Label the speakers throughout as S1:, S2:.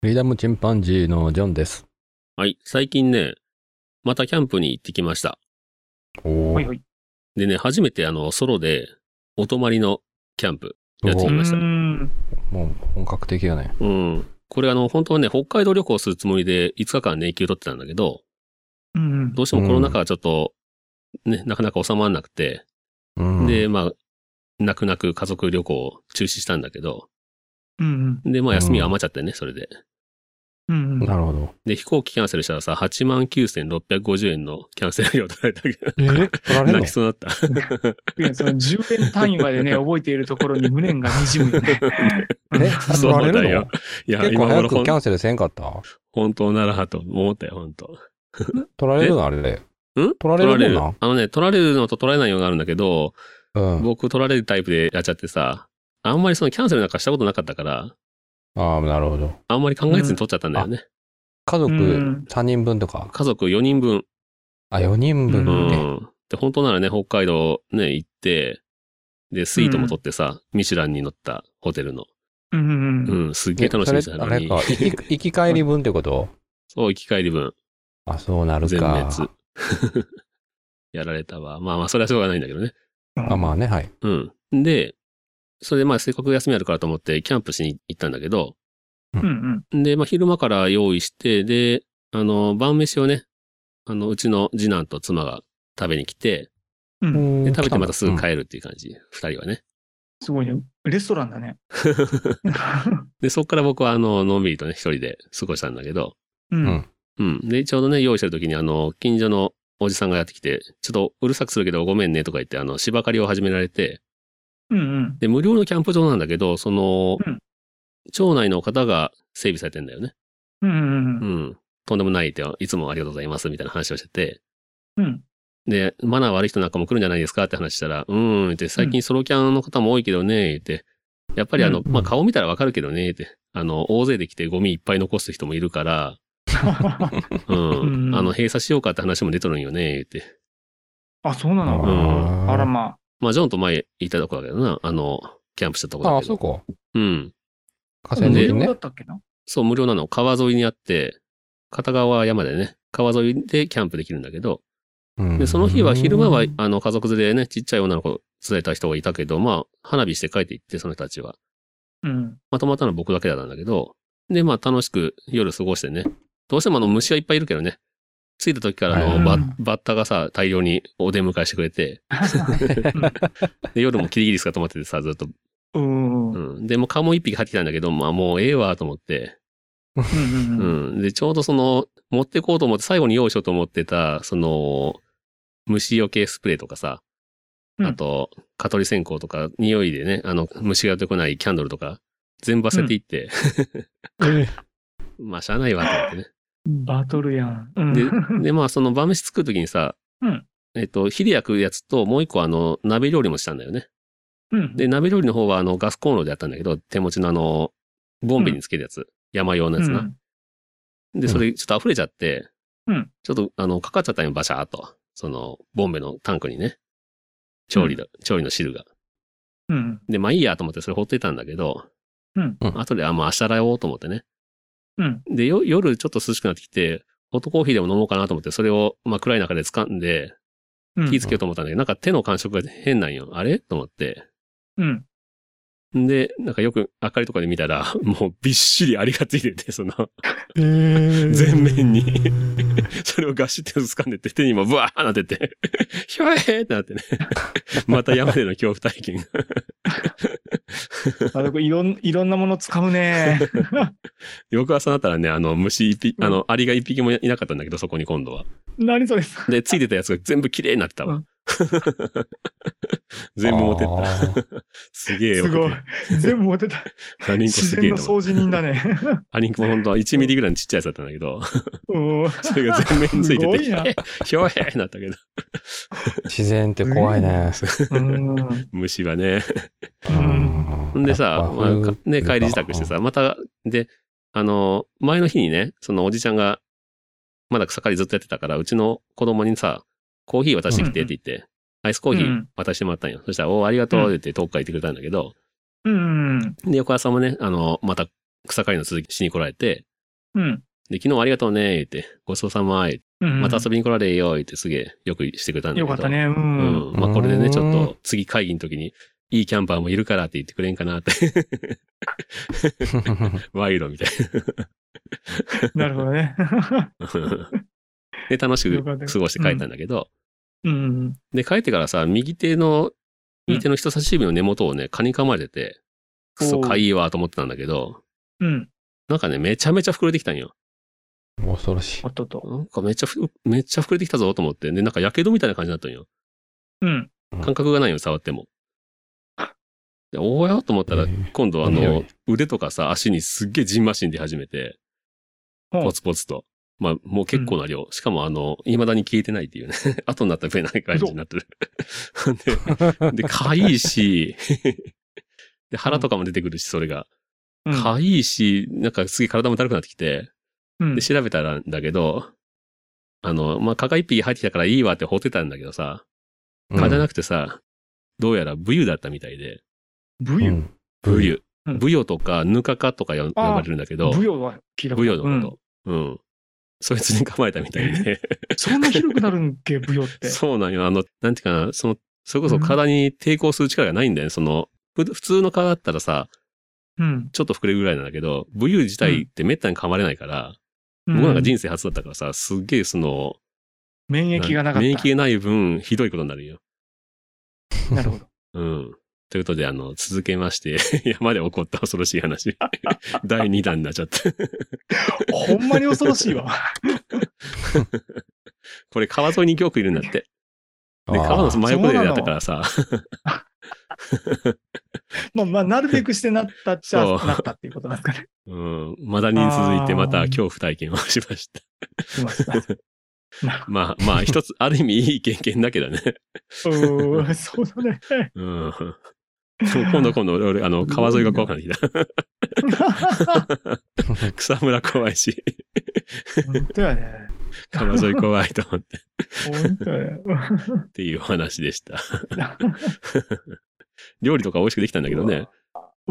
S1: フリーダムチンパンジーのジョンです。
S2: はい。最近ね、またキャンプに行ってきました。
S1: お
S3: ほいほい。
S2: でね、初めてあの、ソロでお泊まりのキャンプやって
S3: う
S2: き
S3: ー
S2: ました。
S3: ん。
S1: もう本格的やね。
S2: うん。これあの、本当はね、北海道旅行するつもりで5日間ね、休取ってたんだけど、
S3: うん。
S2: どうしてもコロナ禍はちょっと、ね、なかなか収まらなくて、
S1: うん、
S2: で、まあ、泣く泣く家族旅行を中止したんだけど、
S3: うん。
S2: で、まあ休みが余っちゃってね、それで。
S3: うん。うん。
S1: なるほど。
S2: で、飛行機キャンセルしたらさ、89,650円のキャンセル料取られたけど、
S1: え取ら
S2: 泣
S1: れるの
S2: きそうになった。
S3: いやその10円単位までね、覚えているところに無念が滲むよね。
S1: え
S2: そう
S1: 取られ
S2: だ
S1: る
S2: よ
S1: の。
S2: いや、
S1: 結構
S2: 今
S1: 早
S2: 頃
S1: くキ
S2: ほん
S1: ャンセルせんかった
S2: 本当ならと思ったよ、本当。
S1: 取られるのあれで。
S2: ん
S1: 取られるもん
S2: あのね、取られるのと取られないのがあるんだけど、
S1: な。うん。
S2: 僕取られるタイプでやっちゃってさ、あんまりそのキャンセルなんかしたことなかったから、
S1: ああ、なるほど。
S2: あんまり考えずに取っちゃったんだよね。
S1: 家
S3: う
S1: 族
S3: ん
S1: 3人分とか。
S2: 家族4人分。
S1: あ、4人分
S2: うん。
S1: ね。
S2: で、本当ならね、北海道ね、行って、で、スイートも取ってさ、ミシュランに乗ったホテルの。
S3: うん。うん
S2: う。ん、すっげえ楽しみ
S1: え
S2: でし
S1: そ
S2: た
S1: れ
S2: の
S1: あ
S2: に
S1: れか、。 行き行き帰り分ってこと
S2: そう、行き帰り分、
S1: あ、そうなる
S2: 全滅
S1: か。。
S2: やられたわ。まあまあ、それはしょうがないんだけどね。
S1: あ、まあね、はい。
S2: うん。で、それでまあせっかく休みあるからと思ってキャンプしに行ったんだけど、
S3: うん。うん。
S2: で、まあ昼間から用意して、で、あの、晩飯をね、あの、うちの次男と妻が食べに来て、
S3: うん。
S2: で、食べてまたすぐ
S1: る。
S2: 帰るっていう感じ、二、人はね。
S3: すごいね。レストランだね。
S2: で、そっから僕はあの、のんびりとね、一人で過ごしたんだけど、
S3: うん。
S2: うん。で、ちょうどね、用意してる時にあの、近所のおじさんがやってきて、ちょっとうるさくするけどごめんねとか言って、あの、芝刈りを始められて、
S3: うん。うん。
S2: で、無料のキャンプ場なんだけど、その、
S3: うん
S2: 町内の方が整備されてんだよね。
S3: うん。う。
S2: うんん。とんでもないって、いつもありがとうございます、みたいな話をしてて。
S3: うん。
S2: で、マナー悪い人なんかも来るんじゃないですかって話したら、うーん、って、最近ソロキャンの方も多いけどね、って。やっぱりあの、
S3: うん
S1: うん
S2: まあ、顔見たらわかるけどね、って。あの、大勢で来てゴミいっぱい残す人もいるから、うん。
S3: うん
S2: あの、閉鎖しようかって話も出とるんよね、って。
S3: あ、そうなの
S2: ん
S3: あらま
S2: まあ、ジョンと前行ったとこだけどな、あの、キャンプしたとこ
S1: あ
S2: だ
S1: あ、
S2: けど。
S1: そうか。
S2: うん。
S1: 河
S3: あ。
S1: 川
S3: 無
S1: 敷
S3: 料
S1: ね
S3: だ。ったっけな
S2: そう、無料なの。川沿いにあって、片側は山でね、川沿いでキャンプできるんだけど、
S1: うん
S2: で、その日は昼間は
S3: うん、
S2: あの、家族連れでね、ちっちゃい女の子連れた人がいたけど、まあ、花火して帰って行って、その人たちは。
S3: うん。
S2: まあ、泊まったのは僕だけだったんだけど、で、まあ、楽しく夜過ごしてね。どうしてもあの、虫はいっぱいいるけどね。着いた時からあの、
S3: は
S2: バ
S3: い
S2: ッバッタがさ、大量にお出迎えしてくれて、 で、夜もキリギリスが止まっててさ、ずっと。
S3: うん。う。
S2: うんん。で、もう蚊も一匹入ってきたんだけど、まあ、もうええわ、と思って。
S3: うん。
S2: う
S3: うん。
S2: ん。で、ちょうどその、持ってこうと思って、最後に用意しようと思ってた、その、虫除けスプレーとかさ、
S3: うん
S2: あと、蚊取り線香とか、匂いでね、あの、虫が出てこないキャンドルとか、全部忘れていって、 まあ、しゃあないわ、と思ってね。
S3: バトルやん。うん。
S2: で、 で、まあ、その晩飯作るときにさ、
S3: うん
S2: えっと、火で焼くやつと、もう一個あの、鍋料理もしたんだよね。
S3: うん。
S2: で、鍋料理の方は、あの、ガスコンロでやったんだけど、手持ちのあの、ボンベにつけるやつ。山用のやつな。で、それちょっと溢れちゃって、
S3: うん
S2: ちょっと、あの、かかっちゃったんよ、バシャーっと。その、ボンベのタンクにね。調理の、調理の汁が。
S3: うん。うん。
S2: で、まあいいやと思ってそれ放ってたんだけど、
S3: うん
S1: うん
S2: 後で、あ、もう明日洗おうと思ってね。
S3: うん。
S2: で、よ夜ちょっと涼しくなってきて、ホットコーヒーでも飲もうかなと思って、それを、まあ暗い中で掴んで、
S3: うん
S2: 火つけようと思ったんだけど、なんか手の感触が変なんよ。あれと思って。
S3: うん。
S2: で、なんかよく明かりとかで見たら、もうびっしりありがついてて、その、全
S1: 全
S2: 面に それをガシッて掴んでて、手にもブワーなってて、 ひょえーってなってね。 また山での恐怖体験。
S3: あでこれいろん、いろんなもの使 うね。
S2: 翌朝になったらね、あの、虫一匹、あの、アリが一匹もいなかったんだけど、そこに今度は。
S3: 何それさ。
S2: で、ついてたやつが全部綺麗になってたわ。 全部持ってった。
S1: た。
S2: すげえよ。
S3: すごい。全部持ってた。
S2: ハリンコ
S3: 自
S2: すげえ
S3: 然
S2: な
S3: の。掃除人だね。
S2: ハリンコも本当は1ミリぐらいのちっちゃいやつだったんだけど、
S3: うん
S2: それが全面について
S3: すご
S2: て、
S3: いな
S2: ひょえーなったけど、
S1: 自然って怖いね。
S3: うん。
S2: 虫はね。
S1: うん
S2: んでさ、まあかね、帰り支
S1: 支
S2: 度
S1: 度
S2: して。 さ、また、で、あの、前の日にね、そのおじちゃんが、まだ草刈りずっとやってたから、うちの子供にさ、コーヒー渡してきてって言って、アイスコーヒー渡してもらったんよ。そしたら、おーありがとうって言って遠くから行ってくれたんだけど、
S3: うん。
S2: で、横川さんもね、あの、また草刈りの続きしに来られて、
S3: うん。
S2: で、昨日はありがとうね、言って、ごちそうさま、言って、
S3: うん。
S2: また遊びに来られよ、言ってすげえよくしてくれたんだけど。
S3: よかったね。う。
S2: うんん。まあ、これで
S1: う
S2: ね、
S1: ん
S2: ちょっと次会議の時に、いいキャンパーもいるからって言ってくれんかなって、 賄賂みたい
S3: なるほどね。
S2: な。 で、楽し
S3: よかった
S2: く過ごして帰ったんだけど、
S3: うん。
S2: で、帰ってからさ、右手の、右手の人差し指の根元をね、蚊に噛まれてて、くそ、
S3: おう
S2: かいいわと思ってたんだけど、
S3: うん。
S2: なんかね、めちゃめちゃ膨れてきたんよ。
S1: 恐ろしい
S3: お。っとっと。
S2: なんかめっちゃふ、めっちゃ膨れてきたぞと思って、で、なんかやけどみたいな感じになったんよ。
S3: うん。
S2: 感覚がないよ、触っても。でおおやと思ったら
S1: えー、
S2: 今度あ
S1: 何
S2: の
S1: よ、
S2: 腕とかさ、足にすっげえジンマシン出始めて、
S3: ほう
S2: ポツポツと。まあ、もう結構な量。しかもあの、未だに消えてないっていうね。 後になったら増えない感じになってる。 で、で、かいし、で、腹とかも出てくるし、それが。
S3: うん
S2: かいし、なんかすげえ体もだるくなってきて、
S3: うん
S2: で、調べたらんだけど、あの、まあ、蚊が一匹入ってきたからいいわって放ってたんだけどさ、蚊じゃなくてさ、どうやら武勇だったみたいで、
S3: 武
S1: う
S3: 勇。
S1: ん。
S2: 武勇。
S3: うん
S2: 武勇とか、ぬかかとかよ呼
S3: あー
S2: ばれるんだけど、
S3: 武勇は聞いたこと
S2: 武
S3: ある
S2: 勇のこと。うん。そいつに構えたみたいで。
S3: うんそんな広くなるん け、武勇って。
S2: そうなんよ。あの、なんていうかな、その、それこそ体に抵抗する力がないんだよね。その、ふ普通の蚊だったらさ、
S3: うん。
S2: ちょっと膨れるぐらいなんだけど、武勇自体ってめったに噛まれないから、
S3: う
S2: 僕なんか人生初だったからさ、すっげえその、
S3: 免疫がなかった。
S2: 免疫がない分、ひどいことになるよ。
S3: なるほど。
S2: うん。ということで、あの、続けまして、 山で起こった恐ろしい 話。第2弾になっちゃった。
S3: ほんまに恐ろしいわ。
S2: これ、川沿いに今日いるんだって。で、川の
S1: あー
S2: 真横でやったからさ、
S3: まあ、まあ、なるべくしてなったっちゃ、
S2: そう
S3: なったっていうことなんですかね。
S2: うん。まだに続いて、また恐怖体験をしました。
S3: すいません。
S2: まあ、まあ、一つ、ある意味いい経験だけどね。
S3: う ーんそうだね。
S2: うん。でも今度今度、俺、あの、川沿いが怖くなってきた。 草むら怖いし、
S3: 本当やね。
S2: 川沿い怖いと思って、
S3: 本当やね。
S2: っていうお話でした。料理とか美味しくできたんだけどね。
S3: うん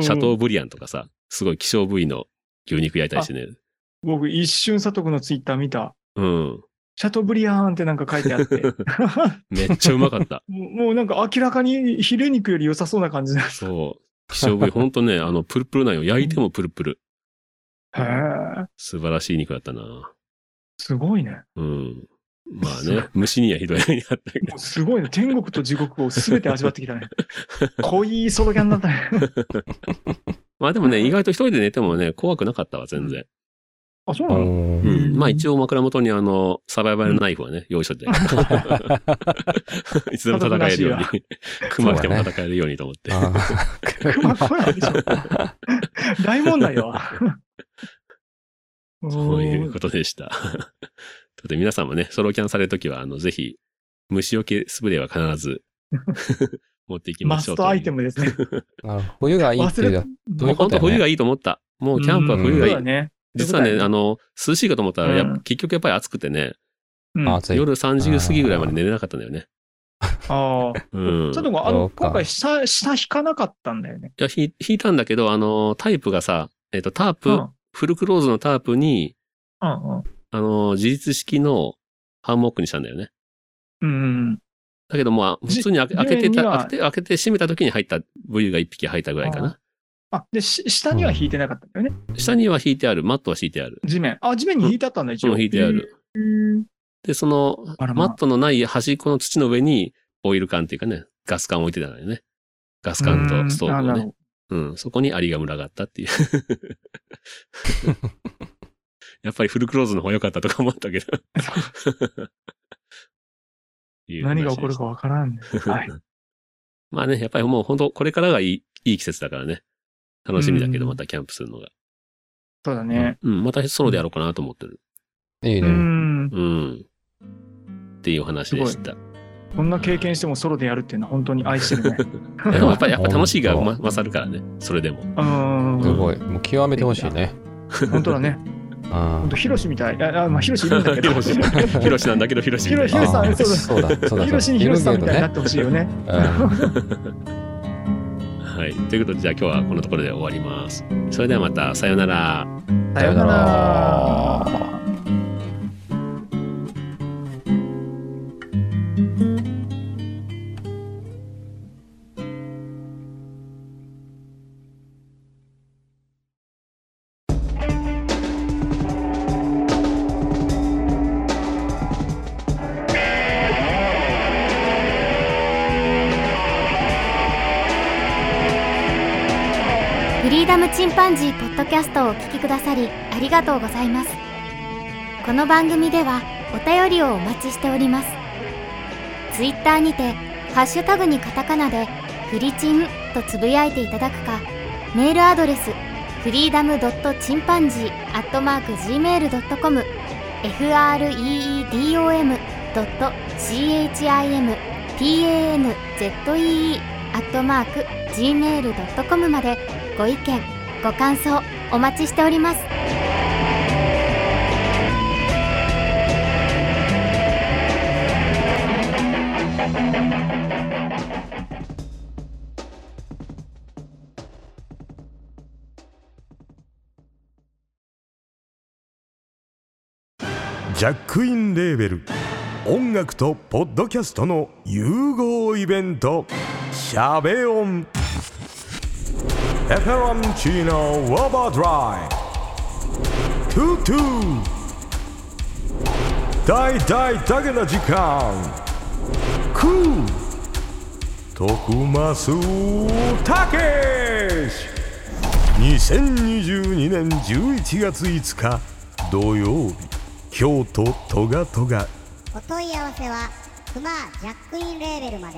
S2: シャトーブリアンとかさ、すごい希少部位の牛肉焼いたりしてね。
S3: 僕、一瞬佐藤君のツイッター見た。
S2: うん。
S3: シャトーブリアーンってなんか書いて あって。
S2: めっちゃうまかった。
S3: もうもうなんか明らかにヒレ肉より良さそうな感じだ。
S2: そう。希少部位、ほんとね、あの、プルプルなんよ。焼いてもプルプル。
S3: へえ。
S2: 素晴らしい肉だったな。
S3: すごいね。
S2: うん。まあ ね、虫にはひどい目にあったけど
S3: もうすごいね。天国と地獄を全て味わってき たね。濃いソロキャンだったね。
S2: まあでもね、意外と一人で寝てもね、怖くなかったわ、全然。
S3: あ、そう
S1: う
S3: なの
S1: ん
S2: う
S3: うん
S2: ん。まあ一応枕元にあの、サバイバルナイフはね、用意 しといて。いつでも戦えるように。熊来ても戦えるようにと思って。
S1: あ
S3: まあ、これはでしょ。大問題だわ。
S2: そういうことでした。とで皆さんもね、ソロキャンされるときは、あの、ぜひ、虫除けスプレーは必 ず持っていきま
S3: マ
S2: しょう と
S3: ス
S2: いう。
S3: トアイテムですね。
S1: ーなるほど冬がいいっていうのはど
S2: も
S1: ういううこ
S2: 本当
S1: とやね
S2: 冬がいいと思った。もうキャンプは冬がいい。
S3: うんそうだね。
S2: 実は
S3: そう
S2: ね、
S3: だ
S2: あの、涼しいかと思ったら、やっぱ
S3: うん
S2: 結局やっぱり暑くてね、
S3: うん、あ
S1: 暑い。
S2: 夜3時過ぎぐらいまで寝れなかったんだよね。
S3: あ。
S2: うん。
S3: 佐藤君、あの、
S1: そうか
S3: 今回下、下引かなかったんだよね。
S2: いや、ひ引いたんだけど、あの、タイプがさ、えっ、と、タープ、
S3: うん。うん
S2: フルクローズのタープに、
S3: うん。
S2: あの、自立式のハンモックにしたんだよね。
S3: うん
S2: だけど、まあ、普
S3: じ
S2: 通に開け開けて
S3: 地面に
S2: た、
S3: は
S2: 開けて、開けて閉めた時に入ったブリューが一匹入ったぐらいかな。
S3: あ、で、し下には引いてなかったんだよね。
S2: 下には引いてある、マットは引いてある。
S3: 地面。あ、地面に引いてあったんだ、一
S2: そ
S3: 応。
S2: の引いてある。
S3: へー。
S2: で、その、
S3: あらま
S2: マ
S3: あ
S2: ットのない端っこの土の上に、オイル缶っていうかね、ガス缶置いてたんだよね。ガス缶とストーブ
S3: うんあ
S2: を
S3: な
S2: ね
S3: る。ほ
S2: うん、そこにアリが群がった っていう。やっぱりフルクローズの方が良かったとか思ったけど。いう話で
S3: 何
S2: した
S3: が起こるかわから ん。はい。
S2: まあね、やっぱりもう本当これからがいい、いい季節だからね。楽しみだけど、
S3: うん
S2: またキャンプするのが。
S3: そうだね。
S2: うん、またソロでやろうかなと思ってる。
S1: いいうね。
S3: ん。
S2: うん。っていうお話でした。
S3: こんな経験してもソロでやるっていうのは本当に愛して るね。
S2: いやでもやっぱり、 やっぱ楽しいが
S1: 本当
S2: ま勝るからね。それでも。
S3: うん。
S1: すごい。もう極めてほしいね。
S3: 本当だね。
S1: あ
S3: 本当ヒロシみたい。あ、あまあ、ヒロシいるんだけど。
S2: ヒロシヒロシなんだけど、ヒロシ。
S3: ヒロシヒロシさんそうだ
S1: そうだ、そうだ。
S3: ヒロシにヒロシさんみたいになってほしいよね。
S1: うん
S2: はい。ということで、じゃあ今日はこのところで終わります。それではまた、さようなら。
S3: さようなら。
S4: フリーダムチンパンジーポッドキャストをお聞きくださりありがとうございますこの番組ではお便りをお待ちしておりますツイッターにてハッシュタグにカタカナでフリチンとつぶやいていただくかメールアドレスフリーダムドットチンパンジーアットマーク gmail.com freedom ドット chimpanzee アットマーク gmail.com までご意見ご感想お待ちしております
S5: ジャックインレーベル音楽とポッドキャストの融合イベント「シャベオン」「エフェロンチーノウォーバードライ」「トゥトゥ」「大大だけな時間」「クー」「徳マスたけし」2022年11月5日土曜日京都トガトガ
S6: お問い合わせはクマージャックインレーベルまで